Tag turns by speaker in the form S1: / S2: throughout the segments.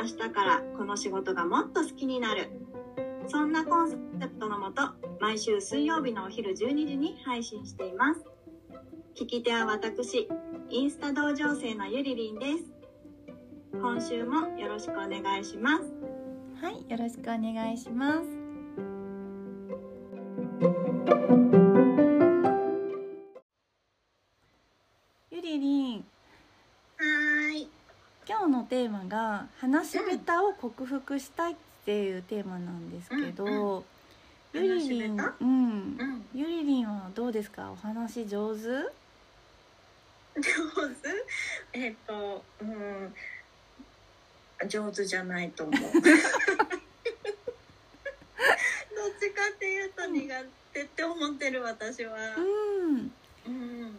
S1: 明日からこの仕事がもっと好きになるそんなコンセプトのもと毎週水曜日のお昼12時に配信しています聞き手は私インスタ道場生のゆりりんです今週もよろしくお願いします
S2: はい、よろしくお願いします。ゆりり
S1: は
S2: ん、
S1: い
S2: 今日のテーマが話し下手を克服したいっていうテーマなんですけど、
S1: うん
S2: ゆりりん、
S1: 話し下
S2: うん
S1: う、ん
S2: ゆりりんはどうですか？お話上手？
S1: 上手えっとうん上手じゃないと思 うどっちかっていうと苦手って思ってる私はう
S2: うん、
S1: ん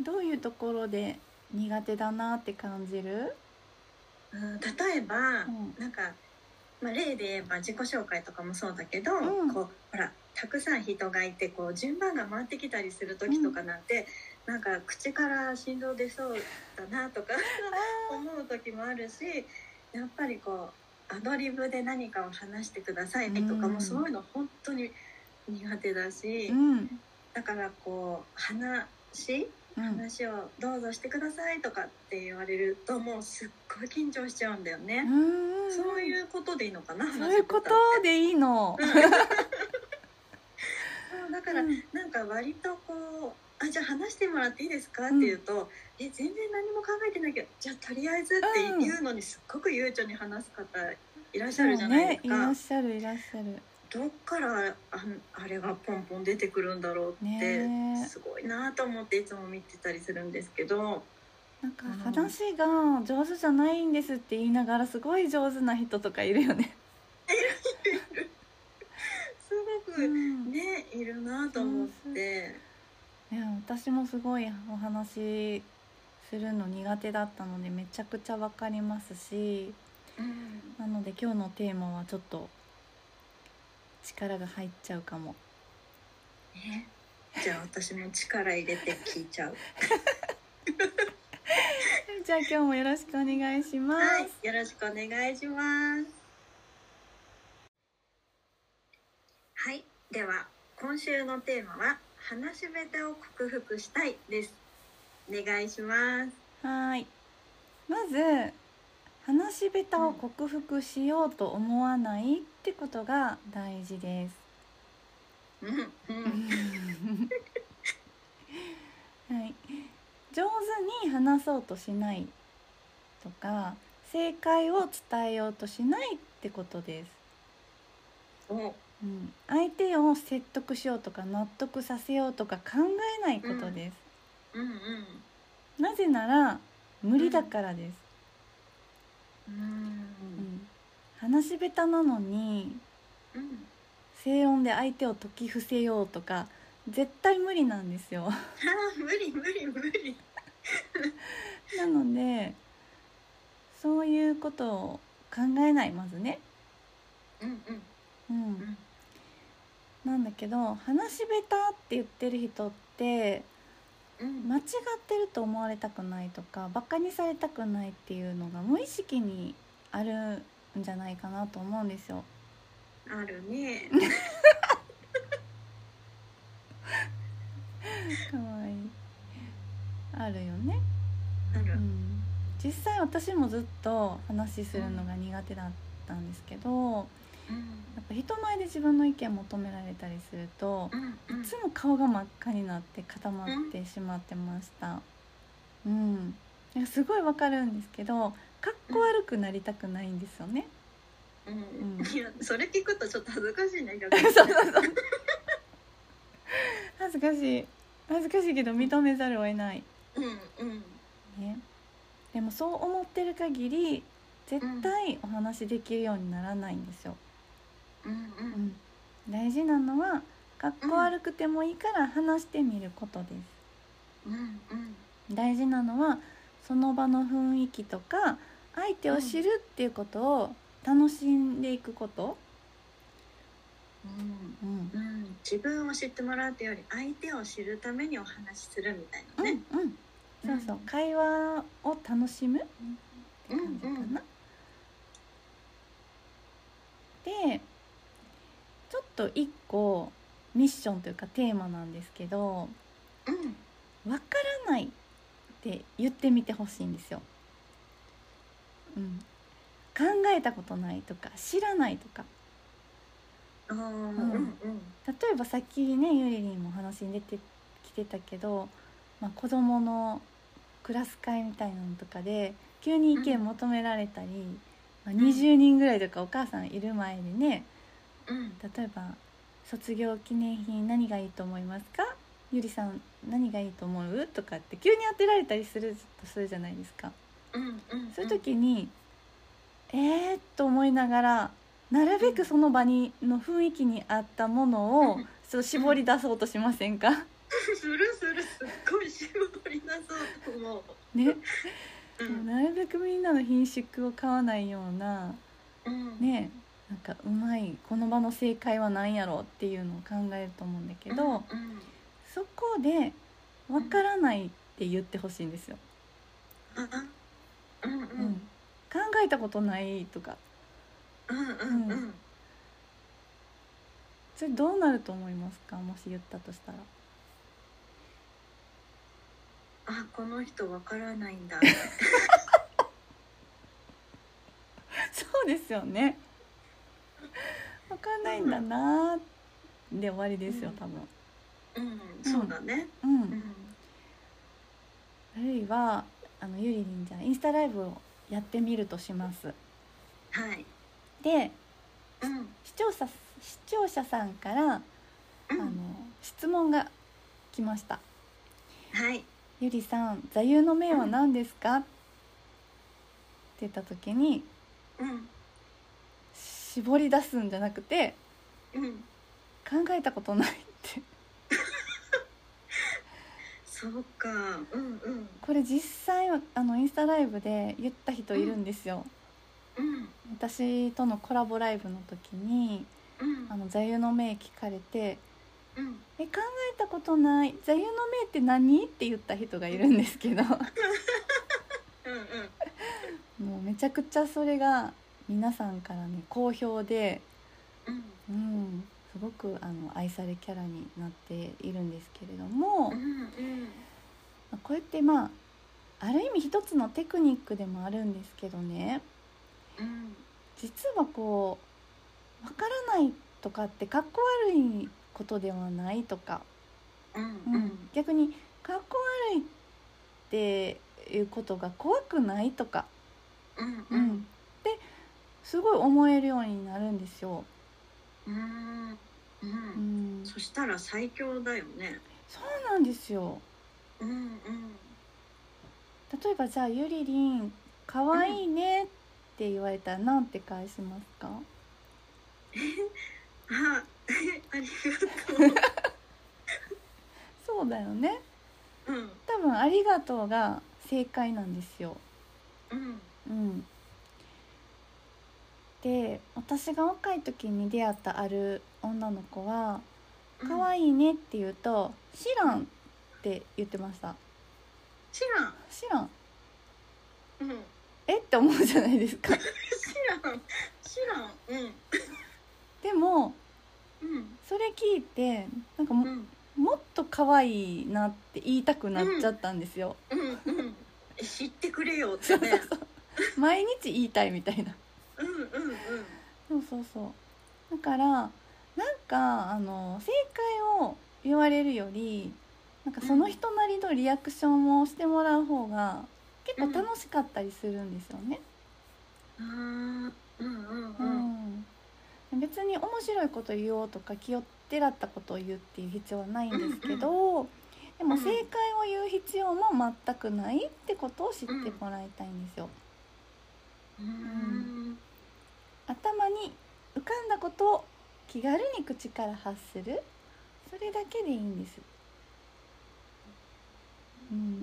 S2: どういうところで苦手だなって感じる？
S1: うん例えば、
S2: うん
S1: なんか、まあ、例で言えば自己紹介とかもそうだけど、
S2: うん
S1: こうほらたくさん人がいてこう順番が回ってきたりする時とかなんて、なんか口から振動出そうだなとか思う時もあるしやっぱりこうアドリブで何かを話してくださいねとかも、
S2: うん
S1: そういうの本当に苦手だし、
S2: うん、
S1: だからこう話
S2: うん、
S1: 話をどうぞしてくださいとかって言われるともうすっごい緊張しちゃうんだよね。
S2: うん、
S1: そういうことでいいのかな。
S2: そういうことでいいの。
S1: 話し方って。うんそうだから、
S2: うん
S1: なんか割とこう、あ、じゃあ話してもらっていいですかって言うと、え、全然何も考えてないけど、じゃあとりあえずって言うのにすっごく悠長に話す方いらっしゃるじゃないです
S2: そうね、いら
S1: か。
S2: っしゃるいらっしゃる。
S1: どっからああれがポンポン出てくるんだろうって、
S2: ねえ
S1: すごいなと思っていつも見てたりするんですけど、
S2: なんか話が上手じゃないんですって言いながらすごい上手な人とかいるよね。
S1: すごく
S2: うん、い
S1: ね、いるなと思って。
S2: や私もすごいお話するの苦手だったのでめちゃくちゃわかりますし、
S1: うん
S2: なので今日のテーマはちょっと力が入っちゃうかも。
S1: ねじゃあ私も力入れて聞いちゃう。
S2: じゃあ今日もよろしくお願いしま す。
S1: はい、よろしくお願いします。はい、では今週のテーマは話し下手を克服したいです。お願いします。
S2: はい。まず話し下手を克服しようと思わないってことが大事です。
S1: うんうん
S2: はい。上手に話そうとしないとか、正解を伝えようとしないってことです。
S1: お
S2: うん、相手を説得しようとか納得させようとか考えないことです。
S1: うんうん
S2: なぜなら無理だからです。
S1: う
S2: うんん、話し下手なのに
S1: うん
S2: 静音で相手を解き伏せようとか絶対無理なんですよ
S1: あー無理無理無理。
S2: なのでそういうことを考えないまずね、
S1: うんうん
S2: うん、なんだけど話し下手って言ってる人って
S1: うん
S2: 間違ってると思われたくないとかバカにされたくないっていうのが無意識にあるんじゃないかなと思うんですよ。
S1: ある ね。
S2: かわいいあるよね。
S1: あ
S2: う
S1: る。
S2: ん実際私もずっと話するのが苦手だったんですけどや
S1: うん
S2: っぱ人前で自分の意見求められたりすると
S1: うんう
S2: い
S1: ん
S2: つも顔が真っ赤になって固まってしまってましたうんなんかすごいわかるんですけどかっこ悪くなりたくないんですよね
S1: うん
S2: うん
S1: いやそれ聞くとちょっと恥ずかしいね逆に
S2: そうそうそう恥ずかしい恥ずかしいけど認めざるを得ない
S1: うんうん
S2: ね、でもそう思ってる限り絶対お話しできるようにならないんですよ。
S1: うんう
S2: うんん、大事なのはかっこ悪くてもいいから話してみることです。
S1: うんうん
S2: 大事なのはその場の雰囲気とか相手を知るっていうことを楽しんでいくこと、
S1: うん
S2: うん
S1: うん、自分を知ってもらうというより相手を知るためにお話しするみたいなね。
S2: うんそうそう、
S1: うん
S2: 会話を楽しむって
S1: う
S2: 感じかな。でちょっと一個ミッションというかテーマなんですけど
S1: うん
S2: 「わからない」って言ってみてほしいんですよ。うん、考えたことないとか知らないとか
S1: うんうん
S2: ん例えばさっきねゆりりんもお話に出てきてたけど、まあ、子どものクラス会みたいなのとかで急に意見求められたり、まあ、
S1: ん
S2: 20人ぐらいとかお母さんいる前でね
S1: うん
S2: 例えば「卒業記念品何がいいと思いますか?」「ゆりさん何がいいと思う?」とかって急に当てられたりするとするじゃないですか。
S1: うんうん
S2: そういう時に、えーっと思いながらなるべくその場にの雰囲気に合ったものを
S1: うん
S2: ちょっと絞り出そうとしませんか
S1: するするすっごい絞りなそうと思う。
S2: ね、
S1: う
S2: もうんなるべくみんなの品縮を買わないような
S1: うん
S2: ねなんかうまいこの場の正解は何やろうっていうのを考えると思うんだけど、
S1: うん
S2: そこで「わからない」って言ってほしいんですよ、
S1: あうんう
S2: うん
S1: ん
S2: 考えたことないとか
S1: うんうんうん
S2: それどうなると思いますかもし言ったとしたら。
S1: あこの人わからないんだ。
S2: そうですよね。わかんないんだなーで終わりですよ
S1: うん
S2: 多分。
S1: うんそうだね。
S2: う。
S1: うんん
S2: あるいはあのゆりりんちゃんインスタライブをやってみるとします。
S1: はい。
S2: で
S1: うん
S2: 視聴者視聴者さんから
S1: う
S2: あの
S1: ん
S2: 質問が来ました。
S1: はい。
S2: ゆりさん座右の銘は何ですか？って言った時に
S1: うん
S2: 絞り出すんじゃなくて
S1: うん
S2: 考えたことないって
S1: そうか。うんうん
S2: これ実際あのインスタライブで言った人いるんですよ、
S1: うん
S2: 私とのコラボライブの時に
S1: うん
S2: あの座右の銘聞かれて
S1: うん。
S2: 「え考えたことない座右の銘って何?」って言った人がいるんですけど
S1: うんうん
S2: もうめちゃくちゃそれが皆さんからね好評で、
S1: うん
S2: うん、すごくあの愛されキャラになっているんですけれども、
S1: う
S2: ま
S1: んうん
S2: あこれってまあある意味一つのテクニックでもあるんですけどね
S1: うん
S2: 実はこうわからないとかってかっこ悪いことではないとか、
S1: うん
S2: う
S1: うんん
S2: 逆にかっこ悪いっていうことが怖くないとか、
S1: うん
S2: う
S1: うんん
S2: ですごい思えるようになるんですよ。
S1: うんう
S2: うんん、
S1: そしたら最強だよね。
S2: そうなんですよ
S1: うんうん
S2: 例えばじゃあゆりりん「かわいいね」って言われたらなんて返しますか
S1: あありがと
S2: そうだよね
S1: う。うん
S2: 多分「ありがとう」が正解なんですよ。
S1: うん
S2: うん、で私が若い時に出会ったある女の子は「可
S1: いい。
S2: 愛いね」って言うと「知らん」って言ってました
S1: 知らん。
S2: 「知らん」
S1: うん
S2: えって思うじゃないです か
S1: 知らん。知らん。うん
S2: でも
S1: うん
S2: それ聞いてなんかも,、
S1: うん
S2: もっと可愛いなって言いたくなっちゃったんですよ、
S1: うんうん。知ってくれよってね。
S2: 毎日言いたいみたいな
S1: うんうんうん。
S2: そうそうそうだからなんかあの正解を言われるよりなんかその人なりのリアクションをしてもらう方が結構楽しかったりするんですよね。
S1: あーうんうん
S2: う
S1: うん。
S2: ん別に面白いこと言おうとか気をてらったことを言うっていう必要はないんですけど、でも
S1: うん
S2: 正解を言う必要も全くないってことを知ってもらいたいんですよ。
S1: うん
S2: 頭に浮かんだことを気軽に口から発するそれだけでいいんですうん
S1: うん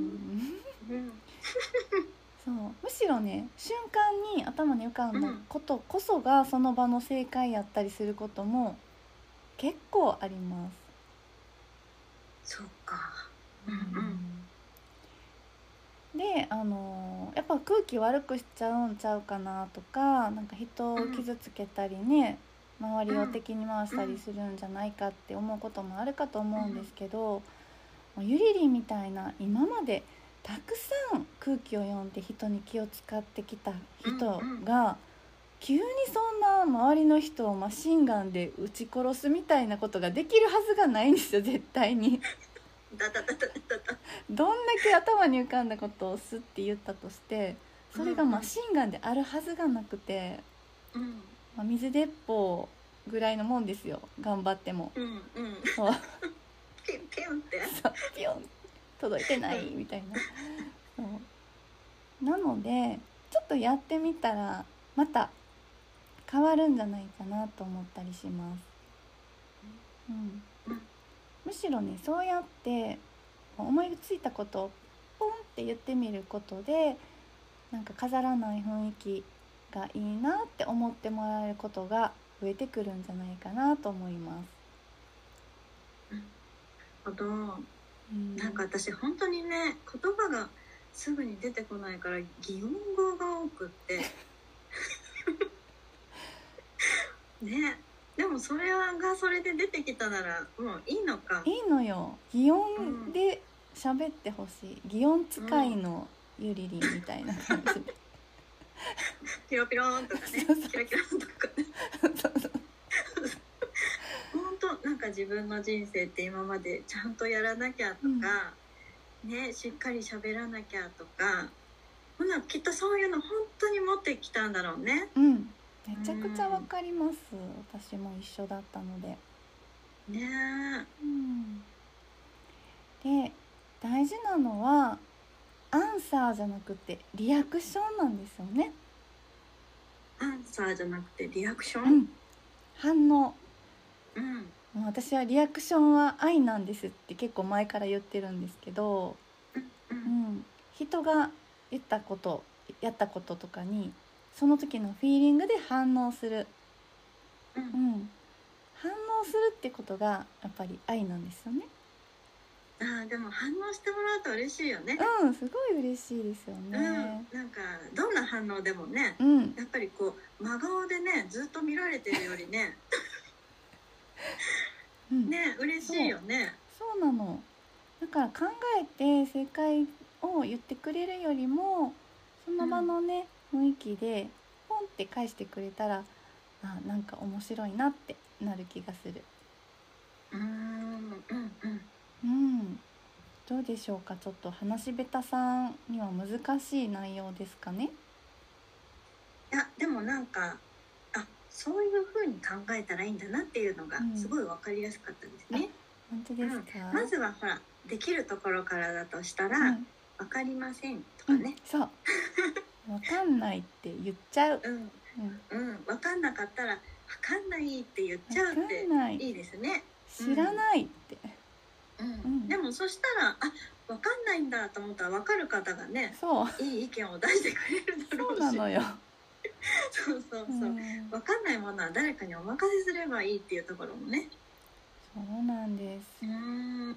S2: そうむしろね瞬間に頭に浮かんだことこそがその場の正解やったりすることも結構あります
S1: そうかうん
S2: であのーやっぱ空気悪くしちゃうんちゃうかなとかなんか人を傷つけたりね、周りを敵に回したりするんじゃないかって思うこともあるかと思うんですけど、もうゆりりんみたいな今までたくさん空気を読んで人に気を使ってきた人が急にそんな周りの人をマシンガンで撃ち殺すみたいなことができるはずがないんですよ絶対に。
S1: だだだだだだ
S2: どんだけ頭に浮かんだことをすって言ったとしてそれがマシンガンであるはずがなくて、
S1: うん
S2: まあ、水鉄砲ぐらいのもんですよ頑張っても
S1: うんうん
S2: そう
S1: ピンピンって
S2: そうピョン届いてないみたいなそうなのでちょっとやってみたらまた変わるんじゃないかなと思ったりします、うん
S1: うん、
S2: むしろねそうやって思いついたことをポンって言ってみることでなんか飾らない雰囲気がいいなって思ってもらえることが増えてくるんじゃないかなと思います。
S1: あと
S2: う
S1: なんか私本当にね言葉がすぐに出てこないから擬音語が多くってねでもそれがそれで出てきたならもういいのか
S2: いいのよ擬音で喋ってほしい擬音使いのゆりりんみたいな感じで
S1: ピロピローンとかね
S2: そうそう
S1: キラキラーンとかね
S2: そうそう
S1: 本当なんか自分の人生って今までちゃんとやらなきゃとか、ねしっかり喋らなきゃとかほなきっとそういうの本当に持ってきたんだろうね
S2: うんめちゃくちゃわかります私も一緒だったので、
S1: ね
S2: うん、で大事なのはアンサーじゃなくてリアクションなんですよね、
S1: アンサーじゃなくてリアクショ
S2: う
S1: ン
S2: ん、反応
S1: うん
S2: もう私はリアクションは愛なんですって結構前から言ってるんですけど
S1: う
S2: うんん、人が言ったことやったこととかにその時のフィーリングで反応する、
S1: う
S2: うんん、反応するってことがやっぱり愛なんですよね
S1: あーでも反応してもらうと嬉しいよね。
S2: うんすごい嬉しいですよ
S1: うん、
S2: ね
S1: なんかどんな反応でもね、
S2: うん、
S1: やっぱりこう真顔でねずっと見られてるよりね、
S2: うん
S1: ね嬉しいよね。
S2: そうなのだから考えて正解を言ってくれるよりもその場のね、雰囲気でポンって返してくれたらあなんか面白いなってなる気がする
S1: うーんうんうん。
S2: うん、どうでしょうかちょっと話し下手さんには難しい内容ですかね
S1: いやでもなんかあそういう風に考えたらいいんだなっていうのが
S2: うん
S1: すごいわかりやすかったですね。
S2: 本当ですか、
S1: まずはほらできるところからだとしたら、
S2: う
S1: わ
S2: ん
S1: かりませんと
S2: う
S1: か
S2: ん
S1: ね。
S2: そうわかんないって言っちゃう、
S1: うん
S2: うん、わ
S1: うんわかんなかったらわかんないって言っちゃう
S2: か
S1: っ
S2: ん
S1: て
S2: ない
S1: いいですね。
S2: 知らないって、ん
S1: でもそしたらあわかんないんだと思ったらわかる方がね
S2: そう
S1: いい意見を出してくれるだろ
S2: そうう
S1: し
S2: なのよ、
S1: そうそう
S2: うん
S1: そ
S2: そうう
S1: わかんないものは誰かにお任せすればいいっていうところもね
S2: なんです
S1: んは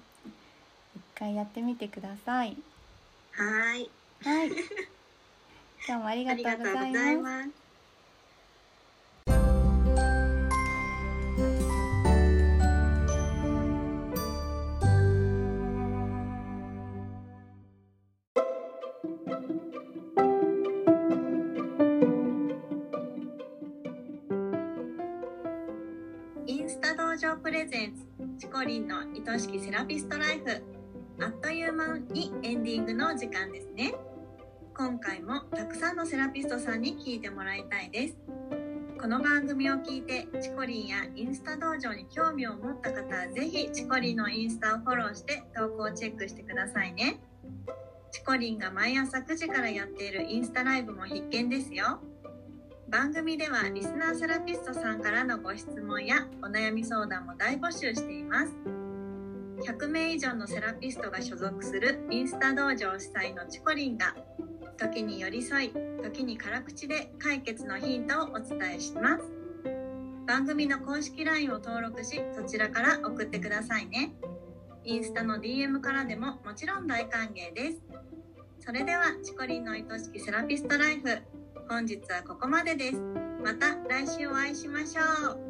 S2: 一回やってみてください
S1: ーい
S2: はい 今日もあり
S1: あ
S2: が
S1: り
S2: とうご
S1: がとうご
S2: ざい
S1: ざい
S2: ます
S1: ますインスタ道場プレゼンツチコリンの愛しきセラピストライフあっという間にエンディングのお時間ですね今回もたくさんのセラピストさんに聞いてもらいたいですこの番組を聞いてチコリンやインスタ道場に興味を持った方はぜひチコリンのインスタをフォローして投稿をチェックしてくださいねチコリンが毎朝9時からやっているインスタライブも必見ですよ番組ではリスナーセラピストさんからのご質問やお悩み相談も大募集しています100名以上のセラピストが所属するインスタ道場主催のチコリンが時に寄り添い時に辛口で解決のヒントをお伝えします番組の公式 LINE を登録しそちらから送ってくださいねインスタの DM からでももちろん大歓迎ですそれではチコリンの愛しきセラピストライフ本日はここまでですまた来週お会いしましょう